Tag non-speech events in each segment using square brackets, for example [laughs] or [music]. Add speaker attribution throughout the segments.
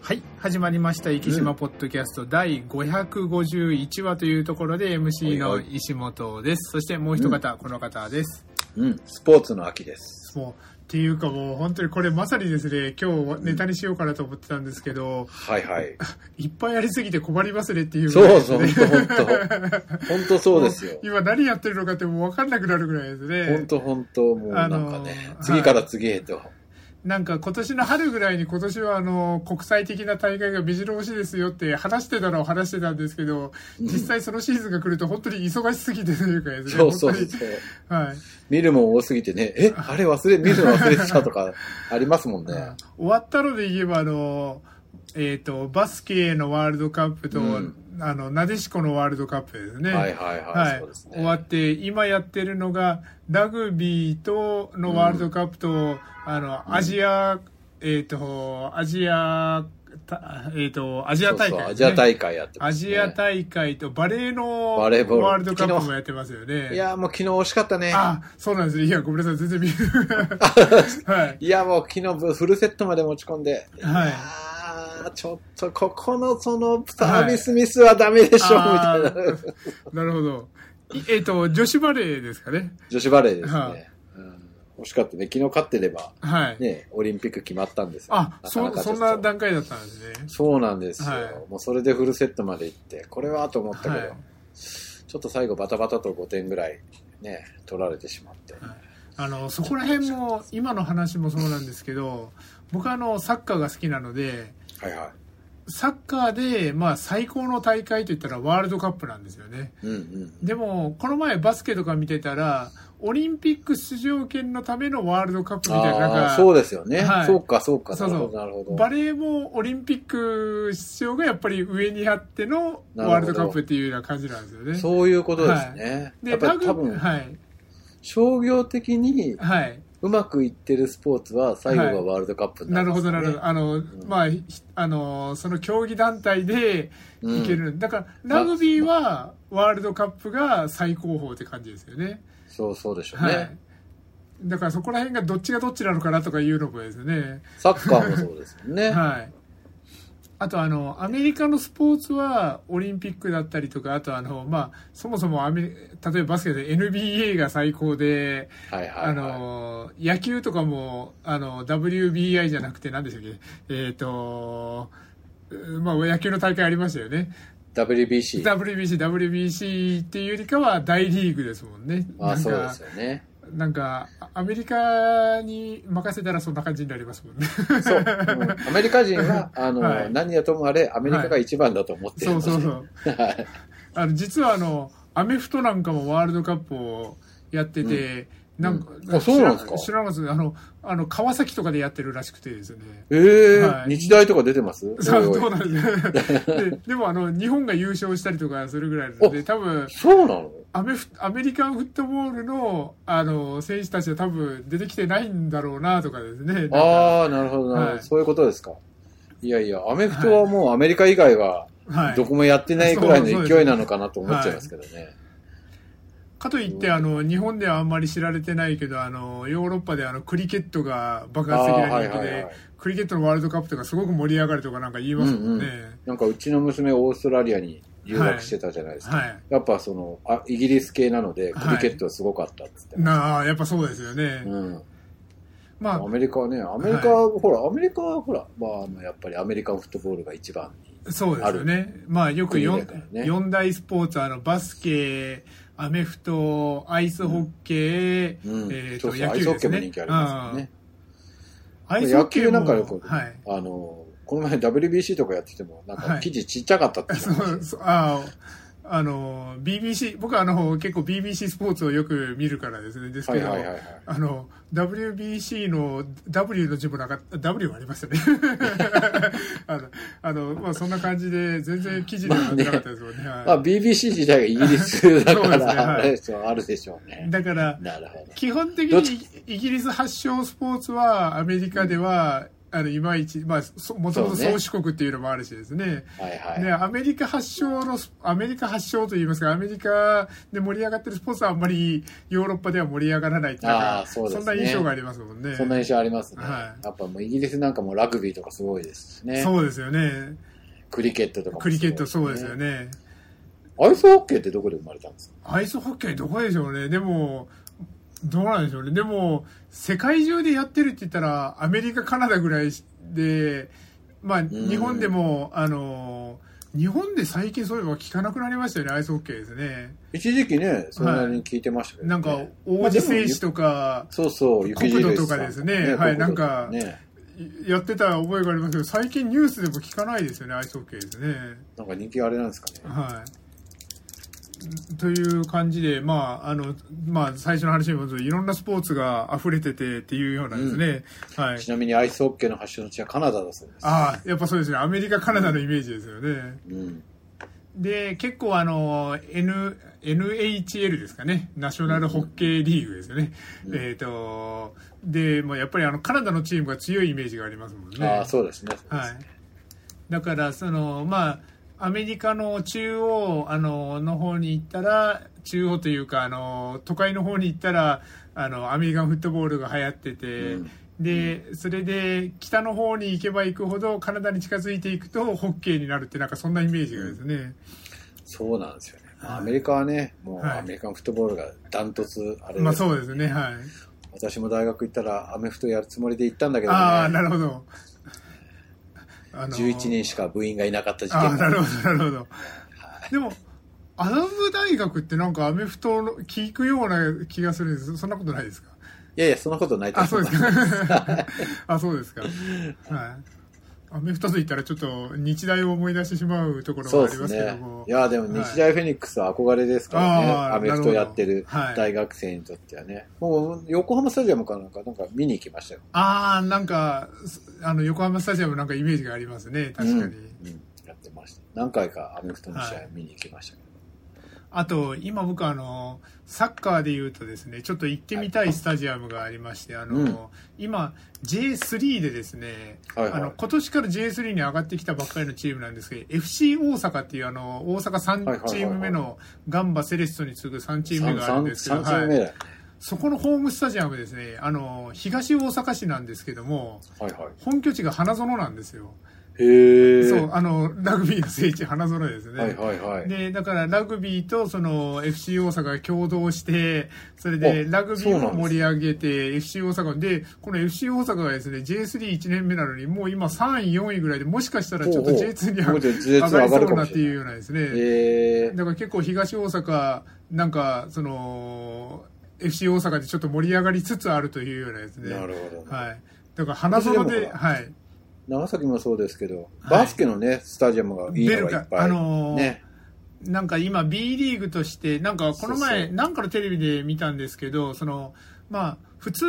Speaker 1: はい始まりました「生島ポッドキャスト」第551話というところで MC の石本ですそしてもう一方、この方です
Speaker 2: うん、スポーツの秋です。
Speaker 1: もうっていうかもう本当にこれまさにですね今日ネタにしようかなと思ってたんですけど
Speaker 2: はい
Speaker 1: [laughs]
Speaker 2: はい。
Speaker 1: いっぱいありすぎて困りますねっていうぐらい
Speaker 2: そう
Speaker 1: です
Speaker 2: そう、
Speaker 1: ね
Speaker 2: 本当本当本当そうですよ。
Speaker 1: [laughs] 今何やってるのかってもう分かんなくなるぐらいですね
Speaker 2: 本当本当もうなんかね、
Speaker 1: あのー
Speaker 2: 次から次へと。
Speaker 1: なんか今年の春ぐらいに今年はあの国際的な大会が目白押しですよって話してたのを話してたんですけど実際そのシーズンが来ると本当に忙しすぎてというかですね
Speaker 2: そうそう
Speaker 1: 本
Speaker 2: そう。
Speaker 1: 当にはい
Speaker 2: 見るもん多すぎてね、え、あれ忘れ、見るの忘れてたとか、ありますもんね。
Speaker 1: 終わったので言えばあの、えー、とバスケのワールドカップと、
Speaker 2: うん
Speaker 1: あのなでしこのワールドカップですね。
Speaker 2: はいはいはい、そうです
Speaker 1: 終わ
Speaker 2: ね。
Speaker 1: って今やってるのがラグビーとのワールドカップと、あのアジア、えっ、とアジアたえっ、とアジア
Speaker 2: そう
Speaker 1: 大
Speaker 2: そう、
Speaker 1: 会で
Speaker 2: ア
Speaker 1: す
Speaker 2: ジ
Speaker 1: ね、
Speaker 2: ア大会やって
Speaker 1: ア
Speaker 2: ます、ね。
Speaker 1: ジア大会とバレーのワ
Speaker 2: バレーボール
Speaker 1: ールドカップもやってますよね。
Speaker 2: いやーもう昨日惜しかったね。
Speaker 1: あ、そうなんですね。いや、ごめんなさい。全然見
Speaker 2: [laughs]
Speaker 1: えない。はい。
Speaker 2: いやもう昨日フルセットまで持ち込んで。
Speaker 1: はい
Speaker 2: ああ、ちょっとここのそのサービスミスはダメでしょ、
Speaker 1: あー
Speaker 2: みたいな。
Speaker 1: なるほど。いえっ、と、女子バレーですかね。
Speaker 2: 女子バレーですね。
Speaker 1: はい
Speaker 2: うん惜しかったね。昨日勝ってれば、
Speaker 1: はい。
Speaker 2: ね、オリンピック決まったんですよ
Speaker 1: あ、
Speaker 2: なかな
Speaker 1: そ、
Speaker 2: か
Speaker 1: そん
Speaker 2: ちょ
Speaker 1: な
Speaker 2: っと
Speaker 1: 段階だったんですね。
Speaker 2: そうなんですよ、
Speaker 1: はい
Speaker 2: もうそれでフルセットまで行って、これはと思ったけど、
Speaker 1: はい
Speaker 2: ちょっと最後バタバタと5点ぐらい、ね、取られてしまって。
Speaker 1: あの、そこら辺も、今の話もそうなんですけど、僕はあの、サッカーが好きなので、
Speaker 2: はいは
Speaker 1: サッカーで、まあ、最高の大会といったらワールドカップなんですよね。
Speaker 2: い。うんうん。
Speaker 1: でも、この前バスケとか見てたら、オリンピック出場権のためのワールドカップみたいな、なん
Speaker 2: ああ
Speaker 1: か、
Speaker 2: ー、そうですよね。
Speaker 1: はい
Speaker 2: そうか、そうか。
Speaker 1: そ
Speaker 2: な
Speaker 1: うそう
Speaker 2: るほど、なるほど。
Speaker 1: バレーもオリンピック出場がやっぱり上にあっての
Speaker 2: なるほど
Speaker 1: ワールドカップっていうような感じなんですよね。
Speaker 2: そういうことですね。や
Speaker 1: で、
Speaker 2: っぱ
Speaker 1: ラ
Speaker 2: り
Speaker 1: グ
Speaker 2: 多分、
Speaker 1: はい。
Speaker 2: 商業的に
Speaker 1: はい。
Speaker 2: うまくいってるスポーツは、最後がワールドカップにな
Speaker 1: な
Speaker 2: る
Speaker 1: る
Speaker 2: ん
Speaker 1: ほ
Speaker 2: です
Speaker 1: ど、
Speaker 2: よね、
Speaker 1: なるほど。あの、まあ、ひあの、その競技団体でいける。だから、ラグビーはワールドカップが最高峰って感じですよね。
Speaker 2: そうそうでしょう
Speaker 1: は
Speaker 2: ね。
Speaker 1: い。だからそこら辺がどっちがどっちなのかなとかいうのもですね。
Speaker 2: サッカーもそうですよね。
Speaker 1: はい。あとあの、アメリカのスポーツは、オリンピックだったりとか、あとあの、まあ、そもそもアメリ、例えばバスケで NBA が最高で、
Speaker 2: はいはい、はい。
Speaker 1: あの、野球とかも、あの、WBI じゃなくて何でしたっけえっ、と、うまあ、野球の大会ありましたよね。
Speaker 2: WBC。
Speaker 1: WBC、WBC っていうよりかは大リーグですもんね。
Speaker 2: ま
Speaker 1: な
Speaker 2: あ
Speaker 1: ん
Speaker 2: そうで
Speaker 1: か
Speaker 2: す、よね。
Speaker 1: なんか、アメリカに任せたらそんな感じになりますも
Speaker 2: [laughs]
Speaker 1: んね。
Speaker 2: そう。うんアメリカ人は、あの、
Speaker 1: [laughs] はい
Speaker 2: 何やともあれ、アメリカが一番だと思っている
Speaker 1: そ
Speaker 2: の
Speaker 1: う
Speaker 2: で、
Speaker 1: そうそう。あの、実はあの、アメフトなんかもワールドカップをやってて、なんか、
Speaker 2: うんあそうなんですか
Speaker 1: 知らなかったですあの、あの、川崎とかでやってるらしくてですね。
Speaker 2: ええ
Speaker 1: はい
Speaker 2: 日大とか出てます
Speaker 1: [laughs] そう
Speaker 2: おいおい
Speaker 1: そうなんですよででもあの、日本が優勝したりとかするぐらいなので、多分、
Speaker 2: そうなの
Speaker 1: アメフ、アメリカンフットボールの、あの、選手たちは多分出てきてないんだろうなとかですね。なんか
Speaker 2: ああ、なるほど、なるほど、
Speaker 1: はい
Speaker 2: そういうことですか。いやいや、アメフトはもうアメリカ以外は、
Speaker 1: はい。
Speaker 2: どこもやってないくらいの勢いなのかなと思っちゃいますけどね。
Speaker 1: かといって、あの、日本ではあんまり知られてないけど、あの、ヨーロッパであの、クリケットが爆発的な人気で、
Speaker 2: あーはいはいはい
Speaker 1: クリケットのワールドカップとかすごく盛り上がるとかなんか言いますもんね。
Speaker 2: うんなんかうちの娘オーストラリアに留学してたじゃないですか。
Speaker 1: はい。
Speaker 2: やっぱそのあ、イギリス系なので、クリケットはすごかったっつって。
Speaker 1: なあ、やっぱそうですよね。
Speaker 2: うん。
Speaker 1: ま
Speaker 2: アメリカはね、アメリカは、ほら、アメリカはほら、まああの、やっぱりアメリカンフットボールが一番に。
Speaker 1: あ、そうですよね。まあ、よく
Speaker 2: 国
Speaker 1: 4,
Speaker 2: だからね
Speaker 1: 四大スポーツ、あの、バスケ、アメフト、アイスホッケー、
Speaker 2: うん。
Speaker 1: えっ、
Speaker 2: そう
Speaker 1: と、
Speaker 2: そう、ア
Speaker 1: 野
Speaker 2: イ
Speaker 1: 球
Speaker 2: スホ
Speaker 1: です
Speaker 2: ッケーも
Speaker 1: ね。
Speaker 2: 人気ありますよね。
Speaker 1: ああアイスホッケーも
Speaker 2: 野球なんかよく
Speaker 1: はい。
Speaker 2: あの、この前 WBC とかやってても、なん
Speaker 1: は
Speaker 2: か
Speaker 1: い
Speaker 2: 記事ちっちゃかったって
Speaker 1: そ
Speaker 2: 言ってま
Speaker 1: う、
Speaker 2: した
Speaker 1: そう、ああ、あの、BBC、僕はあの、結構 BBC スポーツをよく見るからですね、ですけ
Speaker 2: よ
Speaker 1: ど、
Speaker 2: はいはいはいはい。
Speaker 1: あの、WBC の W の字もなかった、W はありました
Speaker 2: [laughs]
Speaker 1: ね。あの、あの、まあそんな感じで、全然記事にはなってなかったですもんね。
Speaker 2: ま
Speaker 1: は
Speaker 2: あ、BBC 自体がイギリスだ
Speaker 1: そうです
Speaker 2: か
Speaker 1: ねはい
Speaker 2: ら、あれでしょあるでしょ
Speaker 1: い
Speaker 2: うね。
Speaker 1: だから、
Speaker 2: なるほど。
Speaker 1: 基本的
Speaker 2: どっち
Speaker 1: にイギリス発祥スポーツはアメリカではあのいまいち、まあ、そもともと
Speaker 2: そうね
Speaker 1: 宗主国っていうのもあるしですね
Speaker 2: はいはい。
Speaker 1: ね、アメリカ発祥のス、アメリカ発祥といいますか、アメリカで盛り上がってるスポーツはあんまりヨーロッパでは盛り上がらないってなん
Speaker 2: あ
Speaker 1: か
Speaker 2: ーそうですね
Speaker 1: んな印象がありますもんね。
Speaker 2: そんな印象ありますね。
Speaker 1: はい
Speaker 2: やっぱもうイギリスなんかもラグビーとかすごいですしね。
Speaker 1: そうですよね。
Speaker 2: クリケットとかも
Speaker 1: クリケット
Speaker 2: すご
Speaker 1: そ
Speaker 2: いう
Speaker 1: ですよ。ね。
Speaker 2: アイスホッケーってどこで生まれたんですか
Speaker 1: アイスホッケーどこでしょうね。でも、どうなんでしょうね。でも、世界中でやってるって言ったら、アメリカ、カナダぐらいで、まあ、日本でも、あの、日本で最近そういえば聞かなくなりましたよね、アイスホッケーですね。
Speaker 2: 一時期ね、それなりに聞いてましたけど、ね
Speaker 1: なんか、
Speaker 2: ま
Speaker 1: 王
Speaker 2: あで
Speaker 1: 子
Speaker 2: も
Speaker 1: 選手とか、
Speaker 2: そうそう、雪印さん
Speaker 1: 国土とかですねはい
Speaker 2: 国土とかね
Speaker 1: やってた覚えがありますけど、最近ニュースでも聞かないですよね、アイスホッケーですね。
Speaker 2: なんか人気あれなんですかね。
Speaker 1: はい。という感じで、まあ、あの、まあ、最初の話にも、いろんなスポーツが溢れててっていうようなですね。はい。
Speaker 2: ちなみにアイスホッケーの発祥の地はカナダだそうです。
Speaker 1: ああ、やっぱそうですね。アメリカ、カナダのイメージですよね。
Speaker 2: うん。
Speaker 1: で、結構あの、N、NHL ですかね。ナショナルホッケーリーグですよね。
Speaker 2: うん
Speaker 1: えっ、と、で、もうやっぱりあの、カナダのチームが強いイメージがありますもんね。
Speaker 2: ああ、そうですね。
Speaker 1: はい、だからそのまあアメリカの中央あのの方に行ったら中央というかあの都会の方に行ったらあのアメリカンフットボールが流行ってて、
Speaker 2: うん
Speaker 1: でそれで北の方に行けば行くほどカナダに近づいていくとホッケーになるってなんかそんなイメージがですね、
Speaker 2: そうなんですよね。アメリカはね、もう
Speaker 1: はい
Speaker 2: アメリカンフットボールがダントツ、あれです、
Speaker 1: まあそうですねはい、
Speaker 2: 私も大学行ったらアメフトやるつもりで行ったんだけど、ね、
Speaker 1: ああなるほどあの
Speaker 2: 11人しか部員がいなかった事
Speaker 1: ああ [laughs]
Speaker 2: 件
Speaker 1: なるほどなるほどでも麻布大学ってなんかアメフトの聞くような気がするんですそんなことないですか
Speaker 2: いやいや、そんなことないと
Speaker 1: あ
Speaker 2: 思
Speaker 1: そうです
Speaker 2: います [laughs]
Speaker 1: かあそうですかはいアメフトと言ったらちょっと日大を思い出してしまうところ
Speaker 2: そ
Speaker 1: があ
Speaker 2: うで
Speaker 1: り
Speaker 2: す
Speaker 1: ますけど
Speaker 2: ね
Speaker 1: も。
Speaker 2: いや、でも
Speaker 1: はい
Speaker 2: 日大フェニックスは憧れですからね、
Speaker 1: あー
Speaker 2: アメフトやってる
Speaker 1: なるほどはい
Speaker 2: 大学生にとってはね。もう横浜スタジアムかなんか、なんか見に行きましたよ。
Speaker 1: ああなんかすあの横浜スタジアムなんかイメージがありますね確かに、
Speaker 2: うん、うんやってました。何回かアメフトの試
Speaker 1: は
Speaker 2: 合
Speaker 1: い
Speaker 2: 見に行きましたけど。
Speaker 1: あと今僕あのサッカーで言うとですねちょっと行ってみたいスタジアムがありましてあの、
Speaker 2: うん
Speaker 1: 今 J3 でですね、
Speaker 2: はいはい
Speaker 1: あの今年から J3 に上がってきたばっかりのチームなんですけど FC 大阪っていうあの大阪
Speaker 2: はいはいはいは
Speaker 1: 3
Speaker 2: い
Speaker 1: チーム目のガンバセレッソに次ぐ3チーム目があるん
Speaker 2: 3
Speaker 1: ですけど、
Speaker 2: チー
Speaker 1: は
Speaker 2: ム目
Speaker 1: い
Speaker 2: だよね。
Speaker 1: そこのホームスタジアムですねあの東大阪市なんですけども
Speaker 2: はいは
Speaker 1: 本拠地が花園なんですよ、
Speaker 2: い。へえ。
Speaker 1: そうあのラグビーの聖地花園ですね、
Speaker 2: はいはいはい。
Speaker 1: でだからラグビーとその FC 大阪が共同してそれで
Speaker 2: あ
Speaker 1: ラグビ
Speaker 2: そう
Speaker 1: ー
Speaker 2: なんで
Speaker 1: も
Speaker 2: す
Speaker 1: 盛り上げて FC 大阪でこの FC 大阪がですね J31 年目なのにもう今3位4位ぐらいでもしかしたらちょっと
Speaker 2: ほうほう
Speaker 1: J2 に
Speaker 2: もうちょっと
Speaker 1: 上
Speaker 2: J2
Speaker 1: がりそ
Speaker 2: 上がるか
Speaker 1: う
Speaker 2: も
Speaker 1: な
Speaker 2: しれない
Speaker 1: っていうようなですね
Speaker 2: へえ。
Speaker 1: だから結構東大阪なんかその FC 大阪でちょっと盛り上がりつつあるというようなですね
Speaker 2: なるほどね。
Speaker 1: はいだから花園
Speaker 2: で
Speaker 1: で
Speaker 2: もほら
Speaker 1: はい
Speaker 2: 長崎もそうですけど、
Speaker 1: はい
Speaker 2: バスケのね、スタジアムがいいのがいっぱい。
Speaker 1: あのー
Speaker 2: ね。
Speaker 1: なんか今 B リーグとしてなんかこの
Speaker 2: そう
Speaker 1: 前
Speaker 2: そう
Speaker 1: なんかのテレビで見たんですけどそのまあ普通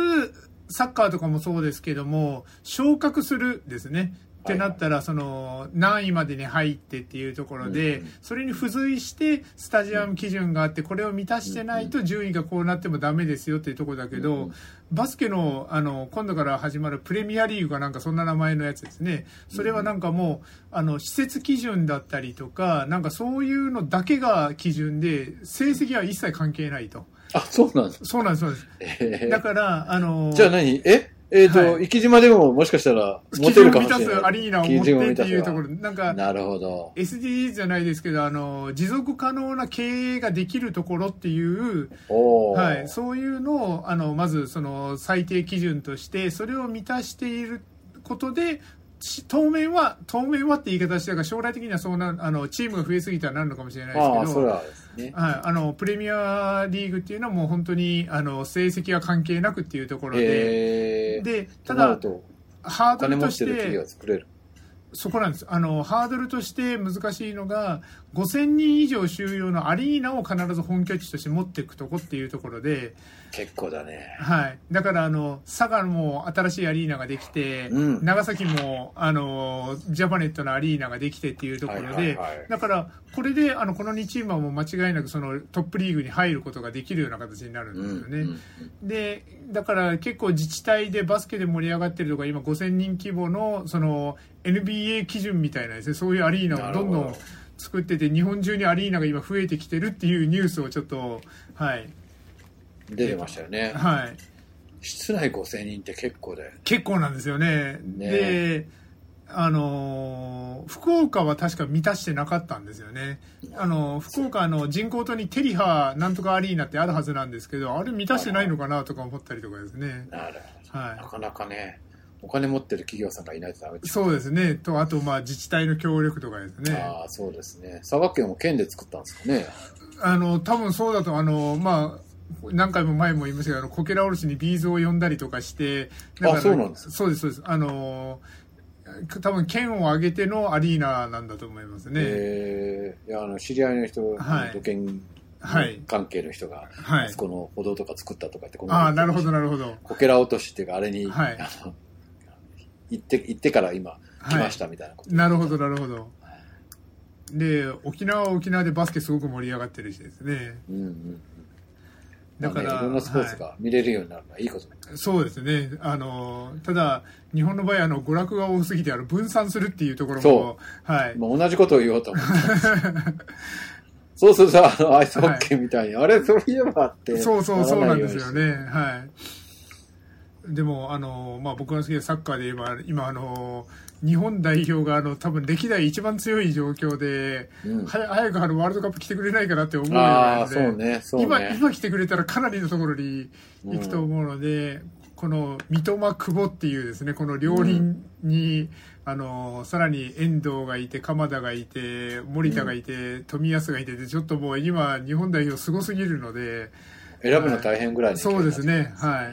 Speaker 1: サッカーとかもそうですけども昇格するですねっ
Speaker 2: はい
Speaker 1: てなったらその何位までに入ってっていうところ
Speaker 2: う
Speaker 1: で
Speaker 2: んうん
Speaker 1: それに付随してスタジアム基準があってこれを満たしてないと順位がこうなってもダメですよっていうところだけ
Speaker 2: うんうん
Speaker 1: どバスケのあの今度から始まるプレミアリーグがなんかそんな名前のやつですねそれはなんかもうあの施設基準だったりとかなんかそういうのだけが基準で成績は一切関係ないと
Speaker 2: あ、そうなんです。
Speaker 1: そうなんですそうなんで
Speaker 2: へ
Speaker 1: す
Speaker 2: ー
Speaker 1: だからあの
Speaker 2: じゃあ何ええっ、と、
Speaker 1: は
Speaker 2: 生島でももしかしたら、モ
Speaker 1: 基
Speaker 2: テ
Speaker 1: 準
Speaker 2: る
Speaker 1: を
Speaker 2: か
Speaker 1: 満
Speaker 2: も
Speaker 1: た
Speaker 2: しれ
Speaker 1: す
Speaker 2: ない。
Speaker 1: アリーナを持ってっていうところなんか
Speaker 2: なるほど。
Speaker 1: SDGs じゃないですけどあの持続可能な経営ができるところっていう、
Speaker 2: おお。
Speaker 1: はい、そういうのをあのまずその最低基準としてそれを満たしていることでし当面は当面はって言い方してたから将来的にはそうなあのチームが増えすぎたらなるのかもしれないですけど
Speaker 2: ああ、それはですね。
Speaker 1: はい、あのプレミアリーグっていうのはもう本当にあの成績は関係なくっていうところで、
Speaker 2: へえ。
Speaker 1: でた
Speaker 2: となる
Speaker 1: だ
Speaker 2: と、
Speaker 1: ハー
Speaker 2: お
Speaker 1: ド
Speaker 2: 金
Speaker 1: ル
Speaker 2: 持
Speaker 1: と
Speaker 2: っ
Speaker 1: して
Speaker 2: る企業
Speaker 1: て
Speaker 2: は作れる。
Speaker 1: そこなんですあのハードルとして難しいのが5000人以上収容のアリーナを必ず本拠地として持っていくとこっていうところで、
Speaker 2: 結構だね。
Speaker 1: はい、だからあの佐賀も新しいアリーナができて、
Speaker 2: うん
Speaker 1: 長崎もあのジャパネットのアリーナができてっていうところで、
Speaker 2: はいはいはい
Speaker 1: だからこれであのこの2チームはもう間違いなくそのトップリーグに入ることができるような形になるん
Speaker 2: う
Speaker 1: ですよ
Speaker 2: ん
Speaker 1: ね。
Speaker 2: うん
Speaker 1: でだから結構自治体でバスケで盛り上がってるとか今5000人規模のその NBA 基準みたいなですねそういうアリーナをどんど
Speaker 2: なる
Speaker 1: ん
Speaker 2: ほど
Speaker 1: 作ってて日本中にアリーナが今増えてきてるっていうニュースをちょっとはい、
Speaker 2: 出てましたよね。
Speaker 1: はい、
Speaker 2: 室内5000人って結構だよね。
Speaker 1: 結構なんですよね
Speaker 2: ね
Speaker 1: であのー福岡は確か満たしてなかったんですよねあの福岡の人工島にテリハなんとかアリーナってあるはずなんですけどあれ満たしてないのかなとか思ったりとかですね
Speaker 2: なるほど。
Speaker 1: はい
Speaker 2: なかなかね、お金持ってる企業さんがいないとダメです
Speaker 1: そうですね。と、あと、まあ、自治体の協力とかですね。あ
Speaker 2: ああ、そうですね。佐賀県も県で作ったんですかね。
Speaker 1: の、多分そうだと、あの、まあ、何回も前も言いましたけど、あのこけらおろしにビーズを呼んだりとかして、だから
Speaker 2: そうなんです
Speaker 1: そうです、そうです。あの、多分県を挙げてのアリーナなんだと思いますね。
Speaker 2: ええいや、あの、知り合いの人、
Speaker 1: はい
Speaker 2: 土建
Speaker 1: はい
Speaker 2: 関係の人が、
Speaker 1: はい
Speaker 2: あそこの歩道とか作ったとかって、この
Speaker 1: ああ、なるほど、なるほど。
Speaker 2: こけら落としっていうか、あれに、
Speaker 1: はい
Speaker 2: あの行って、行ってから今、来ましたみたいなこと。
Speaker 1: なるほど、なるほど。で、沖縄は沖縄でバスケすごく盛り上がってるしですね。
Speaker 2: うんうん。
Speaker 1: だから、
Speaker 2: まあねいろんなスポーツが見れるようになるのはいいことだね
Speaker 1: そうですね。あの、ただ、日本の場合、あの、娯楽が多すぎて、あの、分散するっていうところも
Speaker 2: そ、
Speaker 1: はい。
Speaker 2: まあ、同じことを言おうと思ったんです
Speaker 1: [laughs]
Speaker 2: けどそうすると、あの、アイスホッケーみたいに、あれ、そういえばって。
Speaker 1: そうそうそうなんですよ
Speaker 2: らいようにして。
Speaker 1: ね。はい。でも、あの、まあ、僕が好きなサッカーで言えば、今、あの、日本代表が、あの、多分歴代一番強い状況で、
Speaker 2: うん
Speaker 1: は早くあの、ワールドカップ来てくれないかなって思うよう
Speaker 2: あ
Speaker 1: な
Speaker 2: あ、
Speaker 1: の
Speaker 2: そう
Speaker 1: で、
Speaker 2: ね、そう
Speaker 1: 今、
Speaker 2: ね。
Speaker 1: 今来てくれたらかなりのところに行くと思うので、この三笘、久保っていうですね、この両輪に、あの、さらに遠藤がいて、鎌田がいて、森田がいて、冨安がいてで、ちょっともう今、日本代表すごすぎるので、
Speaker 2: 選ぶの大変ぐらいの勢い
Speaker 1: そうですね、は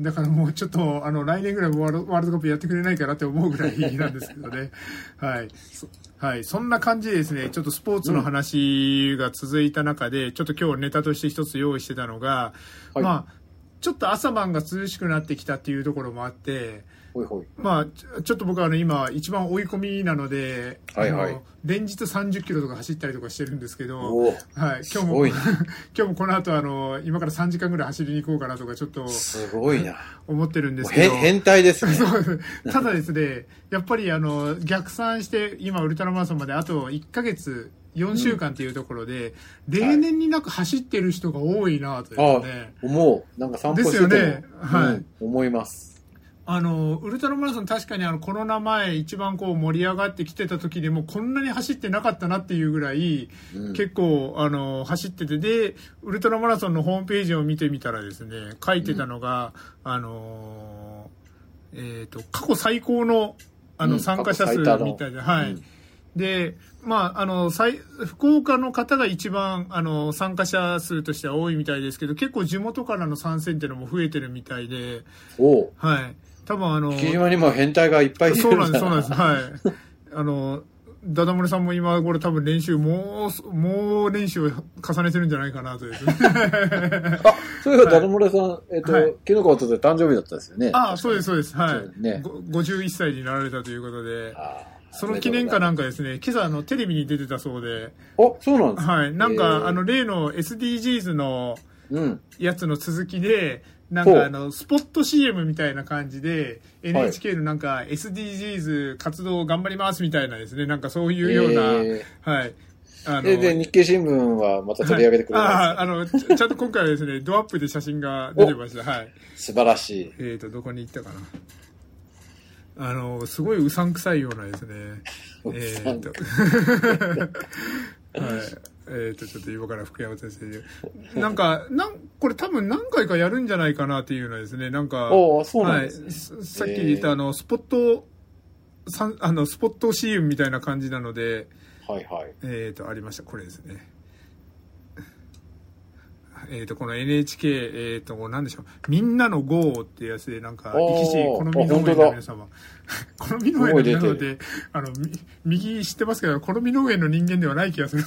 Speaker 1: い。だからもうちょっと、あの、来年ぐらいワールワールドカップやってくれないかなって思うぐらいなんですけどね。 [laughs] はい。そはい。そんな感じでですね、ちょっとスポーツの話が続いた中で、ちょっと今日ネタとして一つ用意してたのが、
Speaker 2: はい
Speaker 1: まあ、ちょっと朝晩が涼しくなってきたっていうところもあって、
Speaker 2: ほいほい。
Speaker 1: まあ、ちょちょっと僕はあの今、一番追い込みなので、
Speaker 2: はいはい
Speaker 1: あの連日30キロとか走ったりとかしてるんですけど、
Speaker 2: おお
Speaker 1: はい、今日
Speaker 2: す
Speaker 1: も、
Speaker 2: ごい
Speaker 1: [laughs] 今
Speaker 2: な
Speaker 1: 日もこの後あの、今から3時間ぐらい走りに行こうかなとか、ちょっと
Speaker 2: すごいな。
Speaker 1: 思ってるんで
Speaker 2: もう
Speaker 1: すけ
Speaker 2: 変
Speaker 1: ど、
Speaker 2: 変態です
Speaker 1: [laughs]
Speaker 2: ね。
Speaker 1: そうただですね、やっぱりあの逆算して、今、ウルトラマラソンまであと1ヶ月、4週間というところで、例年になく走ってる人が多いなという
Speaker 2: あ
Speaker 1: ですね。
Speaker 2: あ、思う。なんか散歩してても。
Speaker 1: ですよねはい
Speaker 2: うん思います。
Speaker 1: あのウルトラマラソン確かにあのコロナ前一番こう盛り上がってきてた時でもこんなに走ってなかったなっていうぐらい、
Speaker 2: うん
Speaker 1: 結構あの走っててでウルトラマラソンのホームページを見てみたらですね書いてたのが、あのえー、と過去最高のあ
Speaker 2: う
Speaker 1: の
Speaker 2: ん
Speaker 1: 参加者数
Speaker 2: 過去最多の
Speaker 1: みたいな、はい
Speaker 2: うん
Speaker 1: でまああの最福岡の方が一番あの参加者数としては多いみたいですけど結構地元からの参戦っていうのも増えてるみたいで。
Speaker 2: おう。
Speaker 1: はい。多分あの、
Speaker 2: 木島にも変態がいっぱいいる
Speaker 1: そうなんです、そうなん
Speaker 2: ん
Speaker 1: です。はい。あの、ダダ漏れさんも今頃多分練習、もう、もう練習を重ねてるんじゃないかなと
Speaker 2: [laughs]
Speaker 1: いう。
Speaker 2: あ、そういえば、ダルモレさん、えっと
Speaker 1: はい、
Speaker 2: キノコとで誕生日だったんですよね。
Speaker 1: ああ、そうです、そうです。は
Speaker 2: そう
Speaker 1: い。
Speaker 2: ね
Speaker 1: ご51歳になられたということで、
Speaker 2: あー
Speaker 1: その記念か。なんかですね、今朝あのテレビに出てたそうで、
Speaker 2: あ、そうなんですか
Speaker 1: はい。なん
Speaker 2: えー
Speaker 1: か、あの、例の SDGs の
Speaker 2: うん。
Speaker 1: やつの続きで、なん
Speaker 2: ほう
Speaker 1: かあの、スポット CM みたいな感じで、NHK のなんか SDGs 活動頑張りますみたいなですね、なんかそういうような、
Speaker 2: え
Speaker 1: はい。あ
Speaker 2: ーで、で、日経新聞はまた取り上げてくれ
Speaker 1: あ
Speaker 2: ま
Speaker 1: あ、あの、ち [laughs] ちゃんと今回はですね、ドアップで写真が出てました。はい。
Speaker 2: す。素晴らしい。
Speaker 1: えーと、どこに行ったかな。あの、すごいうさんくさいようなですね。えーと。 [laughs] はい。えーと、ちょっと今から福山先生なんか、なん、これ多分何回かやるんじゃないかなっていうのはですね、なんか、
Speaker 2: おお、そうなんですね
Speaker 1: はい、ささっき言ったあの、スポット、さんあの、スポット CM みたいな感じなので、
Speaker 2: はいはい。
Speaker 1: えー、と、ありました。これですね。はえっ、と、この NHK、えっ、と、なんでしょう、みんなの GO っていうやつで、なんか、力士、好み農園の皆様、 [laughs] 好み農園の皆様って、あの、み右知ってますけど、好み農園の人間ではない気 [laughs] がする。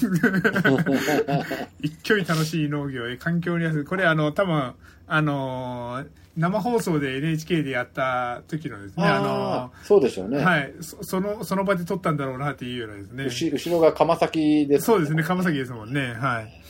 Speaker 1: 一挙に楽しい農業へ、環境に優しい。これ、あの、多分、あのー生放送で NHK でやった時のですね、あ
Speaker 2: あ
Speaker 1: の
Speaker 2: ーそうでしょう
Speaker 1: ー
Speaker 2: ね。
Speaker 1: はいそ、その、その場で撮ったんだろうなっていうようなですね。
Speaker 2: 後後ろが釜崎です。
Speaker 1: そうですね、釜崎ですもんね。はい。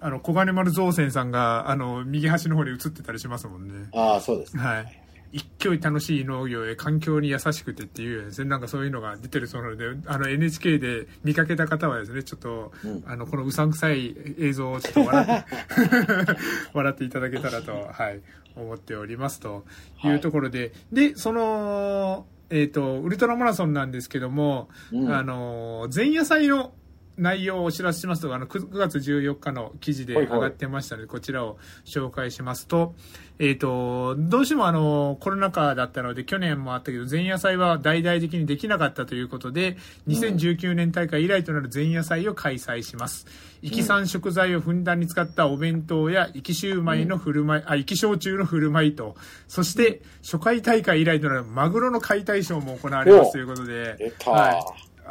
Speaker 1: あの、小金丸造船さんが、あの、右端の方に映ってたりしますもんね。
Speaker 2: ああ、そうです。
Speaker 1: はい。一挙に楽しい農業へ環境に優しくてっていうですね、なんかそういうのが出てるそうなので、あの NHK で見かけた方はですね、ちょっと、
Speaker 2: うん
Speaker 1: あの、このうさんくさい映像をちょっと笑って、
Speaker 2: [laughs]
Speaker 1: 笑っていただけたらと、はい、思っておりますというところで、で、その、えっ、と、ウルトラマラソンなんですけども、
Speaker 2: うん
Speaker 1: あの、前夜祭の内容をお知らせしますと、あの、9 9月14日の記事で
Speaker 2: はい
Speaker 1: 上
Speaker 2: はい
Speaker 1: がってましたので、こちらを紹介しますと、えっ、と、どうしてもあの、コロナ禍だったので、去年もあったけど、前夜祭は大々的にできなかったということで、2019年大会以来となる前夜祭を開催します。生き産食材をふんだんに使ったお弁当や、生きシューマイの振る舞い、あ、生き焼酎の振る舞いと、そして、初回大会以来となるマグロの解体ショーも行われますということで、
Speaker 2: 出た、
Speaker 1: はい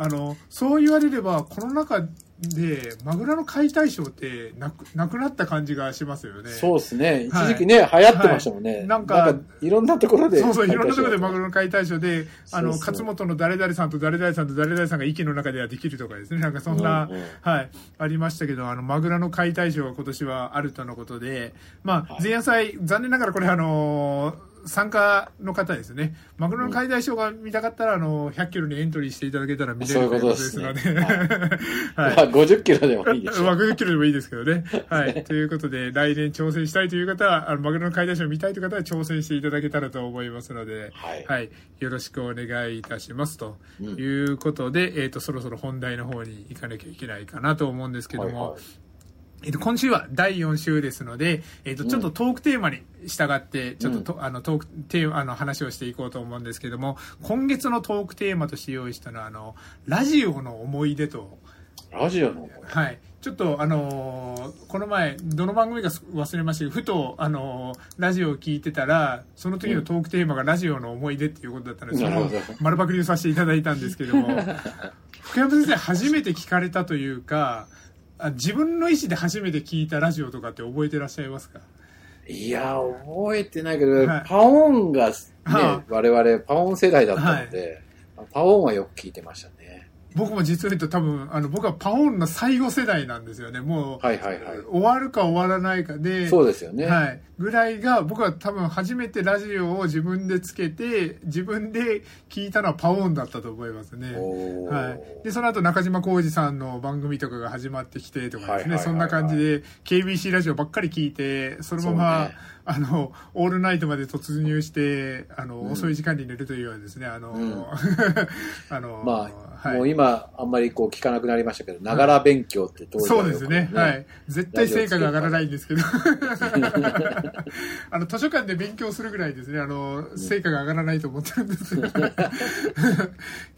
Speaker 1: あのそう言われればこの中でマグラの解体ショーってなくなくなった感じがしますよね
Speaker 2: そううですね。一
Speaker 1: はい
Speaker 2: 時期ね、流行ってましたもんね。
Speaker 1: はい
Speaker 2: な
Speaker 1: なんん
Speaker 2: か、
Speaker 1: か
Speaker 2: いろんなところで。
Speaker 1: そうそういろんなところでマグロの解体ショーであの
Speaker 2: そうそう
Speaker 1: 勝本の誰々さんと誰々さんと誰々さんが息の中ではできるとかですねなんかそんな、
Speaker 2: うんうん
Speaker 1: はい、ありましたけどあのマグラの解体ショーは今年はあるとのことで、まあ、前夜祭残念ながらこれあのー参加の方ですね。マグロの解体ショーが見たかったら、あの、100キロにエントリーしていただけたら見れる
Speaker 2: そういう
Speaker 1: と
Speaker 2: こ
Speaker 1: いうこ
Speaker 2: とで
Speaker 1: とですす
Speaker 2: ね
Speaker 1: ので。 [laughs]
Speaker 2: ま
Speaker 1: はい
Speaker 2: あ、50キロでもいいでしょう。
Speaker 1: マグロキロでもいいですけどね。はい。ということで、来年挑戦したいという方は、あのマグロの買い出しを見たいという方は挑戦していただけたらと思いますので、
Speaker 2: はい
Speaker 1: よろしくお願いいたします。と
Speaker 2: うん
Speaker 1: いうことで、えっ、と、そろそろ本題の方に行かなきゃいけないかなと思うんですけども、
Speaker 2: はいはい
Speaker 1: えっと、今週は第4週ですので、えっと、
Speaker 2: うん
Speaker 1: ちょっとトークテーマに従って、ちょっとと、あの、トークテーマ、あの、話をしていこうと思うんですけども、今月のトークテーマとして用意したのは、あの、ラジオの思い出と
Speaker 2: ラジオの。
Speaker 1: はい、ちょっとあのーこの前どの番組かす忘れましたけどふとあのーラジオを聞いてたらその時のトークテーマがラジオの思い出っていうことだったので、
Speaker 2: う
Speaker 1: それ
Speaker 2: ん
Speaker 1: を
Speaker 2: なるほど
Speaker 1: 丸パクリをさせていただいたんですけど
Speaker 2: [laughs]
Speaker 1: も福山先生初めて聞かれたというかあ自分の意思で初めて聞いたラジオとかって覚えてらっしゃいますか
Speaker 2: いや、覚えてないけど、
Speaker 1: はい
Speaker 2: パオンがね、
Speaker 1: は
Speaker 2: 我々、パオン世代だったので、パオンはよく聞いてましたね。
Speaker 1: 僕も実を言うと多分あの僕はパオンの最後世代なんですよねもう、
Speaker 2: はいはいはい
Speaker 1: 終わるか終わらないかで
Speaker 2: そうですよね。
Speaker 1: はい、ぐらいが僕は多分初めてラジオを自分でつけて自分で聞いたのはパオンだったと思いますね。
Speaker 2: おー
Speaker 1: はい、でその後中島浩二さんの番組とかが始まってきてとかですね、
Speaker 2: はいはいはいはい
Speaker 1: そんな感じで KBC ラジオばっかり聞いてそのま
Speaker 2: そう
Speaker 1: ま、
Speaker 2: ね
Speaker 1: あのオールナイトまで突入してあの、
Speaker 2: うん
Speaker 1: 遅い時間に寝るというようなですねあの、
Speaker 2: うん
Speaker 1: [laughs] あの
Speaker 2: まあ、
Speaker 1: はい
Speaker 2: もう今、あんまりこう聞かなくなりましたけど、ながら勉強って当時
Speaker 1: そ
Speaker 2: は
Speaker 1: う
Speaker 2: よ
Speaker 1: で
Speaker 2: く
Speaker 1: すね。はい。絶対成果が上がらないんですけ [laughs] ど。あの、図書館で勉強するぐらいですね、あの、成果が上がらないと思ってるんです [laughs] よ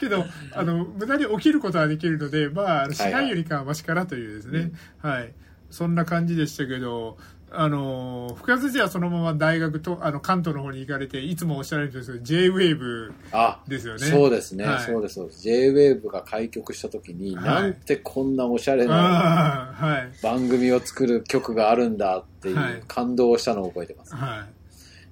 Speaker 1: けど、あの、無駄に起きることはできるので、まああの、しないよりかはマシかなというですね。はい。そんな感じでしたけど、あの、福安先生はそのまま大学と、あの、関東の方に行かれて、いつもおっしゃられてるんですけど、J-Wave
Speaker 2: あ、
Speaker 1: ですよね。
Speaker 2: そうですね、
Speaker 1: はい
Speaker 2: そうです、そうです。JWAVE が開局した時に、
Speaker 1: はい
Speaker 2: なんてこんなおしゃれな
Speaker 1: ああ、はい。
Speaker 2: 番組を作る曲があるんだってい
Speaker 1: はいう
Speaker 2: 感動をしたのを覚えてます。
Speaker 1: は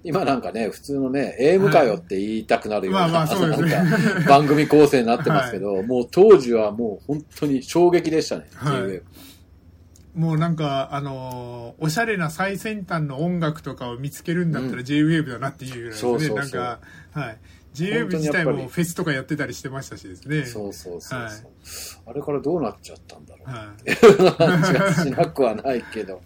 Speaker 1: い。
Speaker 2: 今なんかね、普通のね、AM かよって言いたくなるような、
Speaker 1: はいまあまあそうですね
Speaker 2: なんか番組構成になってますけど、もう当時はもう本当に衝撃でしたね、
Speaker 1: はい
Speaker 2: JWAVE。
Speaker 1: もうなんか、あのーおしゃれな最先端の音楽とかを見つけるんだった
Speaker 2: うん
Speaker 1: ら J-Wave だなっていうぐらいですね。
Speaker 2: そうそうそう
Speaker 1: なんか、はい。
Speaker 2: やっ
Speaker 1: J-Wave
Speaker 2: ぱり
Speaker 1: 自体もフェスとかやってたりしてましたしですね。
Speaker 2: そうそうそうそう、
Speaker 1: はい
Speaker 2: あれからどうなっちゃったんだろう。
Speaker 1: はい。
Speaker 2: 感じがしなくはないけど、やっ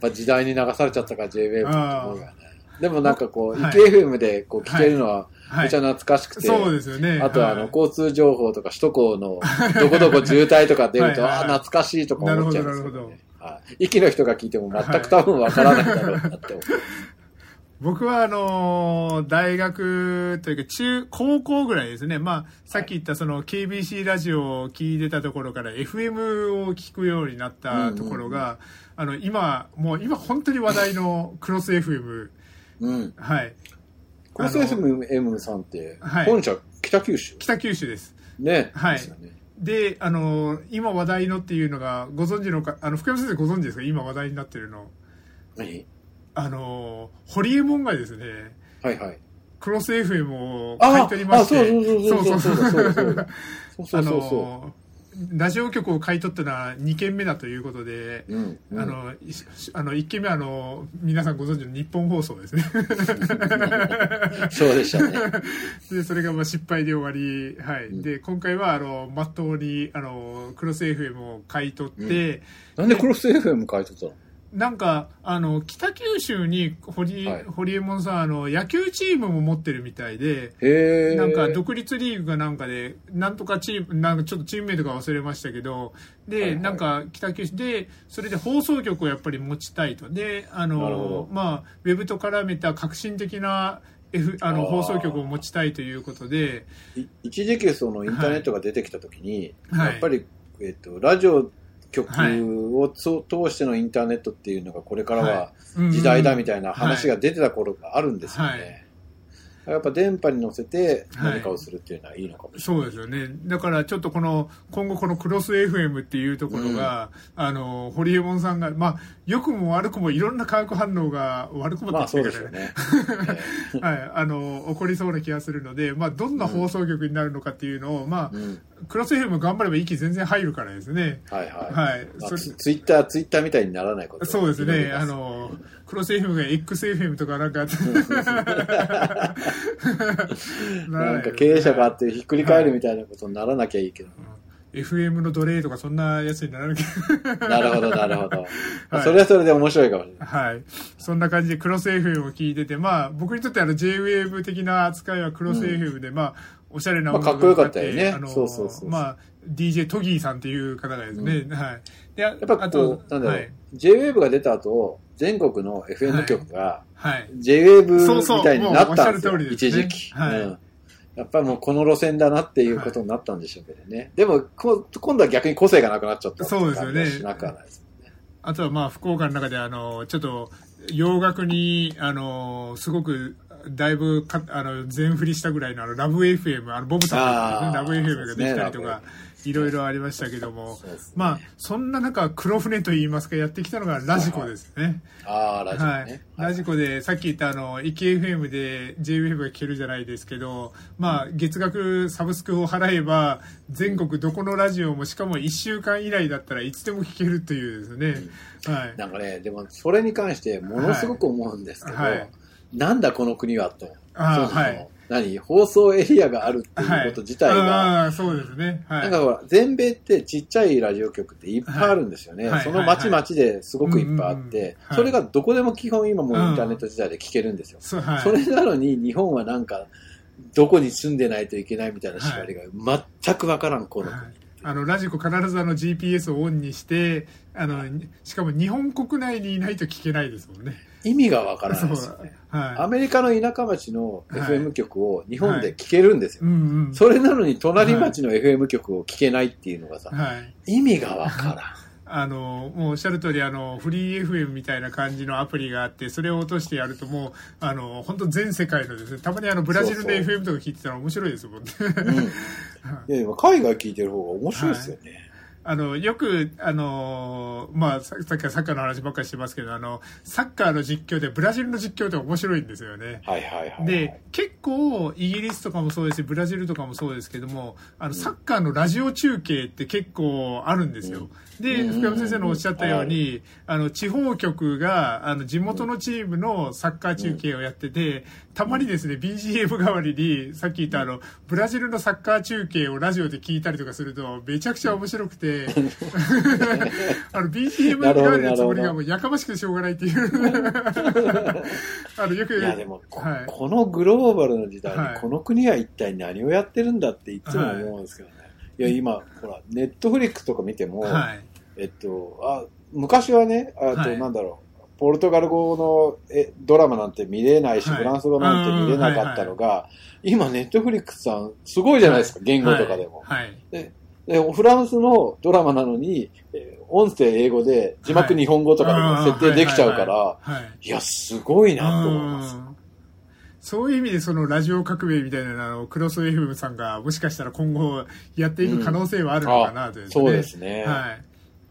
Speaker 2: ぱ時代に流されちゃったから JWAVE って思うよね。でもなんかこう、
Speaker 1: はい
Speaker 2: 池 FM でこう聞けるのは、
Speaker 1: はい
Speaker 2: めちゃ懐かしくて、
Speaker 1: そうですよね。
Speaker 2: あとはあ
Speaker 1: い
Speaker 2: の、交通情報とか首都高のどこどこ渋滞とか出る
Speaker 1: [laughs]
Speaker 2: と、
Speaker 1: はいはい
Speaker 2: ああ、懐かしいとか思っちゃいますよ
Speaker 1: なるほどなる
Speaker 2: ね。はい。息の人が聞いても全く多分わからないだろうなって思う。
Speaker 1: 僕はあのー大学というか中、高校ぐらいですね。まあ、さっき言ったその KBC ラジオを聞いてたところから FM を聞くようになったところが、あの、今、もう今本当に話題のクロス FM。
Speaker 2: うん。
Speaker 1: はい。
Speaker 2: クロス FM さんって、
Speaker 1: はい
Speaker 2: 本社、北九州
Speaker 1: 北九州です。
Speaker 2: ね。
Speaker 1: はい
Speaker 2: ですよね
Speaker 1: で、あのー今話題のっていうのが、ご存知のか、あの、福山先生ご存知ですか今話題になってるの。
Speaker 2: 何
Speaker 1: あのーホリエモンがですね、
Speaker 2: はいはい。
Speaker 1: クロス FM を
Speaker 2: あ
Speaker 1: 買い取りまして、
Speaker 2: あそうそうそうそうそうだそうそ
Speaker 1: あ
Speaker 2: うそうそ
Speaker 1: のラジオ局を買い取ったのは2件目だということで、
Speaker 2: う。うん。うん
Speaker 1: あ、のいあの1件目はあの皆さんご存知の日本放送ですね
Speaker 2: [laughs]
Speaker 1: [laughs]
Speaker 2: そうでしたね。
Speaker 1: でそれがまあ失敗で終わり、はい
Speaker 2: うん
Speaker 1: で今回はあのまっとうにあのクロス FM を買い取って、
Speaker 2: なんでクロス FM 書いとったの
Speaker 1: なんかあの北九州に堀,、
Speaker 2: はい
Speaker 1: 堀江門さんあの野球チームも持ってるみたいで。
Speaker 2: へえ。
Speaker 1: なんか独立リーグがなんかで、なんとかチーム、なんかちょっとチーム名とか忘れましたけど、で、
Speaker 2: はいはい
Speaker 1: なんか北九州で、それで放送局をやっぱり持ちたいと。で、あ
Speaker 2: なるほど
Speaker 1: の、まあ、ウェブと絡めた革新的な、F、あの
Speaker 2: あー
Speaker 1: 放送局を持ちたいということで、
Speaker 2: い一時期そのインターネットが出てきた時に、
Speaker 1: はい
Speaker 2: やっぱり、えっとラジオ局をつ、通してのインターネットっていうのがこれからは時代だみ
Speaker 1: たい
Speaker 2: たいな話が出てた頃があるんですよね、
Speaker 1: はい
Speaker 2: やっぱ電波に乗せて
Speaker 1: はい
Speaker 2: 何かをするっていうのはいいのかもしれ
Speaker 1: そうですよね。だからちょっとこの、今後このクロス FM っていうところが、あの、堀江門さんが、まあ、良くも悪くもいろんな化学反応が、悪くも
Speaker 2: ない、
Speaker 1: って
Speaker 2: ま
Speaker 1: 言
Speaker 2: あ
Speaker 1: って
Speaker 2: そう
Speaker 1: る
Speaker 2: で
Speaker 1: け
Speaker 2: す
Speaker 1: ど
Speaker 2: よね
Speaker 1: [laughs]
Speaker 2: え
Speaker 1: はい、あの起こりそうな気がするので、まあ、どんな放送局になるのかっていうのを、ま
Speaker 2: えうん
Speaker 1: あ、クロス FM 頑張れば息全然入るからですね、
Speaker 2: はいはい、
Speaker 1: はい、
Speaker 2: まあ
Speaker 1: それ
Speaker 2: ツツイッターツイッターみたいにならないこと
Speaker 1: そうですねあ
Speaker 2: 祈り
Speaker 1: のクロス FM が XFM とかなんか
Speaker 2: ます [laughs] なんか
Speaker 1: い
Speaker 2: 経営者があってひっくり返るみたいなことにならなきゃいいけど、
Speaker 1: FM の奴隷とかそんなやつにならなき [laughs]
Speaker 2: なるほどなるほど、
Speaker 1: はい
Speaker 2: それはそれで面白いかもしれない
Speaker 1: ゃはいそんな感じでクロス FM を聞いててまあ僕にとってあの JWAVE 的な扱いはクロス FM で、まあおしゃれな音楽がかって
Speaker 2: まあかっこよかったよね
Speaker 1: あの
Speaker 2: そうそうそうそう
Speaker 1: まあ DJ トギーさんっていう方がですね、はいでやっ
Speaker 2: やっぱこう、なんだろう、J-Wave が出たが出た後、全国の FM 局が
Speaker 1: はい
Speaker 2: J-Wave
Speaker 1: そうそう
Speaker 2: みたいになったんですよ、
Speaker 1: もうおっしゃる通りです
Speaker 2: 一
Speaker 1: ね
Speaker 2: 時期、
Speaker 1: はい
Speaker 2: うん。やっぱりもうこの路線だなっていうことになったんでしょうけどね。でもこう、今度は逆に個性がなくなっちゃった
Speaker 1: そうですよね
Speaker 2: って感じはしなくはないですもんね。
Speaker 1: あとはまあ福岡の中であのちょっと洋楽にあのすごくだいぶかあの全振りしたぐらいのあのラブ FM あのボブさん
Speaker 2: あ
Speaker 1: の
Speaker 2: ー
Speaker 1: ですねラブ FM ができたり
Speaker 2: そ
Speaker 1: と
Speaker 2: うで
Speaker 1: か、いろいろありましたけども
Speaker 2: そうですね
Speaker 1: まあそんな中黒船といいますかやってきたのがラジコですね。
Speaker 2: ああ、ラジオ
Speaker 1: はい
Speaker 2: ね。、
Speaker 1: ラジコでさっき言ったあのイケ FM で JWAVE が聴けるじゃないですけど、まあ、月額サブスクを払えば全国どこのラジオもしかも1週間以内だったらいつでも聴けるというですね、はい
Speaker 2: なんかね、でもそれに関してものすごく思うんですけど、
Speaker 1: はいはい
Speaker 2: なんだこの国はと。
Speaker 1: あー
Speaker 2: そもそも
Speaker 1: はい
Speaker 2: 何放送エリアがあるって
Speaker 1: はい
Speaker 2: いうこと自体が、
Speaker 1: あーそうですね、は、
Speaker 2: ないんかほら、全米ってちっちゃいラジオ局っていっぱいあるんですよね。
Speaker 1: はいはい
Speaker 2: その町々ですごくいっぱいあっ
Speaker 1: うんうんうん
Speaker 2: て、
Speaker 1: はい
Speaker 2: それがどこでも基本今もうインターネット時代で聞けるんですよ。
Speaker 1: そうはい、
Speaker 2: それなのに日本はなんか、どこに住んでないといけないみたいな縛りが全くわからん、この
Speaker 1: は
Speaker 2: 国
Speaker 1: い。あのラジコ必ずあの GPS をオンにしてあのしかも日本国内にいないと聞けないですもんね。
Speaker 2: 意味がわからない
Speaker 1: そう
Speaker 2: ですよね。ア
Speaker 1: は
Speaker 2: メリカの田舎町の
Speaker 1: はい
Speaker 2: FM 局を日本で聞けるんです
Speaker 1: い。
Speaker 2: よ。
Speaker 1: うんうん。
Speaker 2: それなのに隣町の FM 局を聞けないっていうのがさ、
Speaker 1: はい。
Speaker 2: 意味がわからん。
Speaker 1: あの、もうおっしゃる通り、あの、フリー FM みたいな感じのアプリがあって、それを落としてやるともう、あの、本当全世界のですね、たまにあの、ブラジルの
Speaker 2: そうそう
Speaker 1: FM とか聞いてたら面白いですもんね。 [laughs]
Speaker 2: うん、いや、今海外聞いてる方が面白いですよね。
Speaker 1: あの、よく、あの、まあ、ささっきからサッカーの話ばっかりしてますけど、あの、サッカーの実況で、ブラジルの実況って面白いんですよね。
Speaker 2: はいはいはい、はい。
Speaker 1: で、結構、イギリスとかもそうですし、ブラジルとかもそうですけども、あの、サッカーのラジオ中継って結構あるんですよ。で、
Speaker 2: うん
Speaker 1: 福山先生のおっしゃったように、あの、地方局が、あの、地元のチームのサッカー中継をやってて、たまにですね、BGM 代わりに、さっき言ったあの、ブラジルのサッカー中継をラジオで聞いたりとかすると、めちゃくちゃ面白く
Speaker 2: [laughs]
Speaker 1: て、あの、BGM 代わりのつもりがもうやかましくてしょうがないっていう。 [laughs] あの、よく、
Speaker 2: いやでもこ、
Speaker 1: はい
Speaker 2: このグローバルの時代に、
Speaker 1: はい
Speaker 2: この国は一体何をやってるんだっていつも思うんですけどね。い、や、今、ほら、ネットフリックスとか見ても、
Speaker 1: はい。
Speaker 2: えっと、あ、昔はね、ああと、
Speaker 1: はい
Speaker 2: なんだろう、ポルトガル語のえドラマなんて見れないし、
Speaker 1: はい
Speaker 2: フランス語なんて見れなかったのが、今、ネットフリックスさん、すごいじゃないですか、言語とかでも。
Speaker 1: はい。
Speaker 2: でフランスのドラマなのに、えー音声英語で、字幕
Speaker 1: はい
Speaker 2: 日本語とかでも設定できちゃうから、
Speaker 1: はい。はい
Speaker 2: いや、すごいなと思います。
Speaker 1: うんそういう意味で、そのラジオ革命みたいなのを、クロス FM さんがもしかしたら今後やっていく可能性はあるのかなという、
Speaker 2: そうで。すね、
Speaker 1: はい。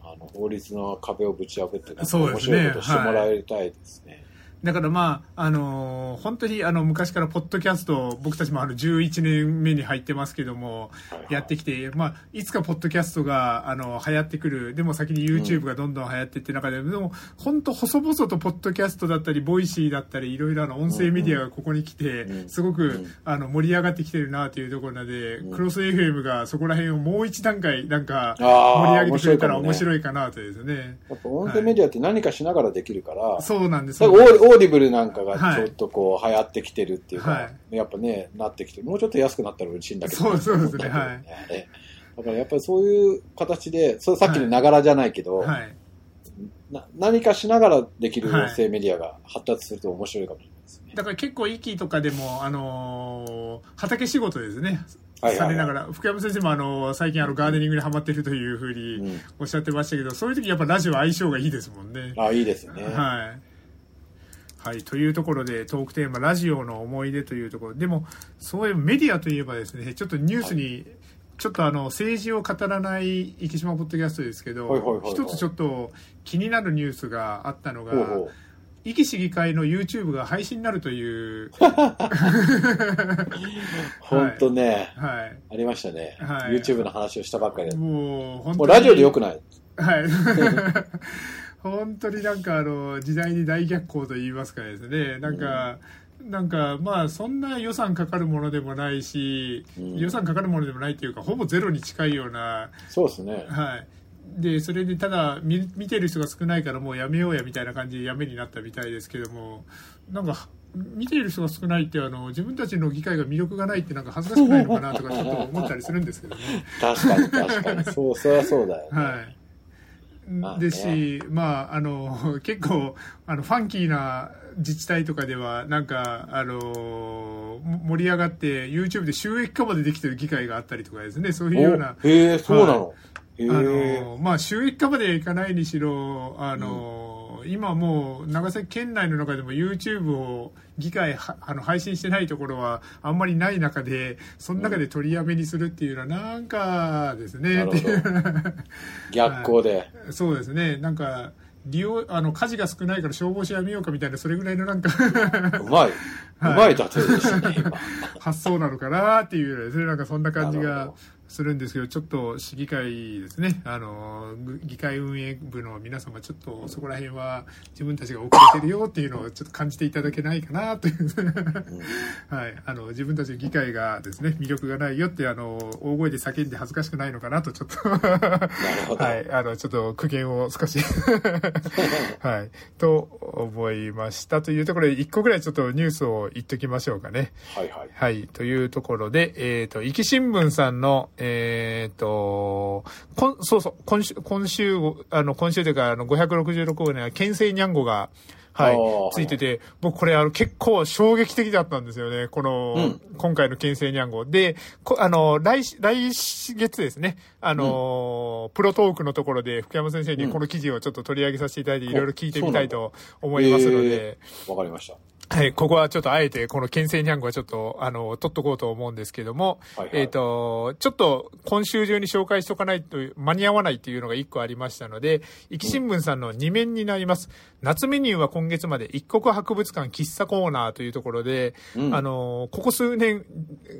Speaker 2: あの。法律の壁をぶち破って、なんか
Speaker 1: そう
Speaker 2: 面
Speaker 1: です
Speaker 2: 白
Speaker 1: ね
Speaker 2: いことしてもらいたいですね。
Speaker 1: だからまあ、あのー本当にあの昔からポッドキャスト、僕たちもあの11年目に入ってますけども、
Speaker 2: はいはい
Speaker 1: やってきて、まあ、いつかポッドキャストが、あの、流行ってくる。でも先に YouTube がどんどん流行ってって中で、でも、ほんと細々とポッドキャストだったり、ボイシーだったり、いろいろあの、音声メディアがここに来て、
Speaker 2: うん
Speaker 1: すごく、
Speaker 2: うん
Speaker 1: あの、盛り上がってきてるなというところなので、
Speaker 2: うん
Speaker 1: クロス FM がそこら辺をもう一段階、なんか、
Speaker 2: あー
Speaker 1: 盛り上げてくれたら
Speaker 2: 面
Speaker 1: 面
Speaker 2: 白
Speaker 1: 白いかなというですね。
Speaker 2: やっぱ音声メディアって何かしながらできるから、
Speaker 1: そうなんです。
Speaker 2: だからオーオーディブルなんかが
Speaker 1: はい
Speaker 2: ちょっとこう流行ってきてるっていうか、
Speaker 1: は
Speaker 2: やっぱね、なってきて、もうちょっと安くなったら嬉しいんだけど、
Speaker 1: そうそうですね
Speaker 2: 思ったけどねええだからやっぱりそういう形で、それさっきのながらじゃないけど、
Speaker 1: はい。
Speaker 2: な何かしながらできる
Speaker 1: はい
Speaker 2: 音声メディアが発達すると面白いかもしれないですね。
Speaker 1: だから結構、息とかでも、あのー畑仕事ですね。
Speaker 2: はいはい
Speaker 1: さ
Speaker 2: はい
Speaker 1: れながら、福山先生もあの、最近あの、ガーデニングにハマってるというふう
Speaker 2: う
Speaker 1: に
Speaker 2: ん
Speaker 1: おっしゃってましたけど、そういう時やっぱラジオは相性がいいですもんね。
Speaker 2: あ、いいですね。
Speaker 1: はい。はい、というところでトークテーマ、ラジオの思い出というところ。でも、そういうメディアといえばですね、ちょっとニュースに、ちょっとあの、政治を語らない生島ポッドキャストですけど、
Speaker 2: はいはいはいはい
Speaker 1: 一つちょっと気になるニュースがあったのが、
Speaker 2: ほうほう
Speaker 1: 壱岐市議会の YouTube が配信になるという、
Speaker 2: ほんとね、
Speaker 1: は
Speaker 2: [laughs] ありましたね、
Speaker 1: はい
Speaker 2: YouTube の話をしたばっかり
Speaker 1: い。
Speaker 2: で。
Speaker 1: もう、本当に。
Speaker 2: もうラジオでよくない [laughs]
Speaker 1: はい。本当になんかあの、時代に大逆行と言いますかですね。なんか、なんかまあそんな予算かかるものでもないし、
Speaker 2: うん
Speaker 1: 予算かかるものでもないっていうか、ほぼゼロに近いような、
Speaker 2: そうですね。
Speaker 1: はい。で、それでただ見見てる人が少ないからもうやめようやみたいな感じでやめになったみたいですけども、なんか、見ている人が少ないってあの自分たちの議会が魅力がないってなんか恥ずかしくないのかなとかちょっと思ったりするんですけどね。
Speaker 2: 確かに
Speaker 1: [laughs]
Speaker 2: 確かに。そう、そりゃそうだよ、ね。
Speaker 1: は
Speaker 2: まあ
Speaker 1: い。
Speaker 2: ね
Speaker 1: ですし、まあ、あの、 [laughs] 結構、あの、ファンキーな自治体とかでは、なんか、あの、も盛り上がって、YouTube で収益化までできてる議会があったりとかですね、そういうような、
Speaker 2: おへえ、そうなの。へ
Speaker 1: あ
Speaker 2: え。
Speaker 1: の、まあ、収益化まではいかないにしろ、あの、今もう、長崎県内の中でも YouTube を議会は、あの、配信してないところはあんまりない中で、その中で取りやめにするっていうのは、なんかですね、
Speaker 2: なるほど
Speaker 1: っていう
Speaker 2: 逆光で。
Speaker 1: そうですね、なんか、利用、あの、火事が少ないから消防士やめようかみたいな、それぐらいの
Speaker 2: [laughs]
Speaker 1: なんか、
Speaker 2: うまい。うまい例えですね、今。
Speaker 1: 発想なのかなっていうようなですね、なんかそんな感じ
Speaker 2: なる
Speaker 1: が
Speaker 2: ほど
Speaker 1: するんですけど、ちょっと市議会ですね、あの、ぐ議会運営部の皆様、ちょっとそこら辺は自分たちが遅れてるよっていうのをちょっと感じていただけないかなという、 [laughs] はい、あの、自分たち議会がですね、魅力がないよって、あの、大声で叫んで恥ずかしくないのかなと、ちょっ
Speaker 2: [laughs]
Speaker 1: と、
Speaker 2: ほど
Speaker 1: [laughs] はい、あの、ちょっと苦言を少
Speaker 2: [laughs]
Speaker 1: し、はい、と思いました。というところで、一個ぐらいちょっとニュースを言っときましょうかね。
Speaker 2: はいはい。
Speaker 1: はい。というところで、えっ、と、壱岐新聞さんの、えっ、と、こん、そうそう、今週、今週、あの、今週というか、あの、566号には、県政にゃんごが、は
Speaker 2: あー
Speaker 1: い、ついてて、僕これ、あの、結構衝撃的だったんですよね。この、今回の県政にゃんご。で、こあの、来し、来月ですね、あの、プロトークのところで、福山先生にこの記事をちょっと取り上げさせていただいて、いろいろ聞いてみたいと思いますので、
Speaker 2: えーわかりました。
Speaker 1: はい、ここはちょっとあえて、この県政にゃんごはちょっと、あの、取っとこうと思うんですけども、
Speaker 2: はいはい
Speaker 1: えっ、と、ちょっと今週中に紹介しとかないと間に合わないっていうのが1個ありましたので、壱岐新聞さんの2面になります。夏メニューは今月まで一国博物館喫茶コーナーというところで、
Speaker 2: うん
Speaker 1: あの、ここ数年、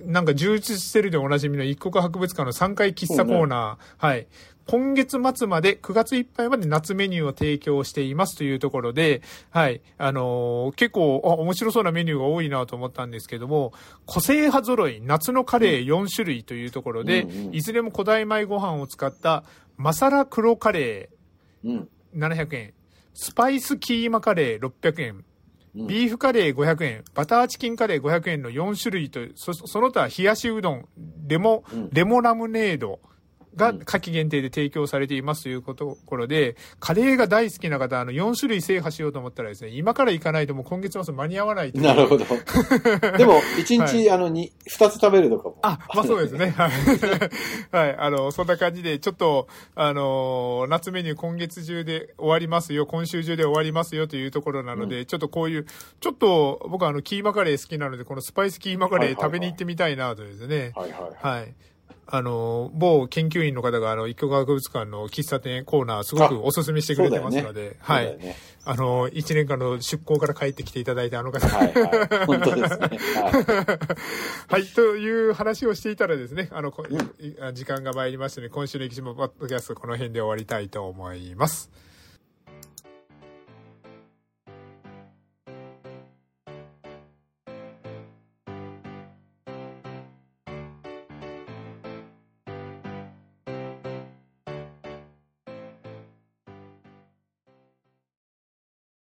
Speaker 1: なんか充実してるでおなじみの一国博物館の3階喫茶コーナー、はい。今月末まで、9月いっぱいまで夏メニューを提供していますというところで、はい。あのー結構、あ、面白そうなメニューが多いなと思ったんですけども、個性派揃い、夏のカレー4種類というところで、
Speaker 2: うんうん
Speaker 1: いずれも古代米ご飯を使った、マサラ黒カレ
Speaker 2: うん。
Speaker 1: ー700円、スパイスキーマカレー600円、
Speaker 2: うん
Speaker 1: ビーフカレー500円、バターチキンカレー500円の4種類と、そその他冷やしうどん、レモ、
Speaker 2: うん
Speaker 1: レモラムネード、が夏季限定で提供されていますというところで、カレーが大好きな方、あの、4種類制覇しようと思ったらですね、今から行かないともう今月末間に合わないという
Speaker 2: なるほ
Speaker 1: [laughs]
Speaker 2: ど。でも、一日、あの、に二つ食べるとかも。
Speaker 1: あ、まあそうですね。はい。はい。 [laughs] あの、そんな感じで、ちょっと、あの、夏メニュー今月中で終わりますよ、今週中で終わりますよというところなので、ちょっとこういう、ちょっと僕はあの、キーマカレー好きなので、このスパイスキーマカレー食べに行ってみたいなとですね。
Speaker 2: はいはいはい。
Speaker 1: はい。あの、某研究員の方が、あの、一挙学物館の喫茶店コーナー、すごくおすすめしてくれてますので、は
Speaker 2: そうだよ
Speaker 1: い。
Speaker 2: ね。
Speaker 1: あの、一年間の出向から帰ってきていただいたあの方、
Speaker 2: はいはい。本当ですね。はい
Speaker 1: はい、という話をしていたらですね、あの、こい時間が参りましたので、今週の歴史もポッドキャストこの辺で終わりたいと思います。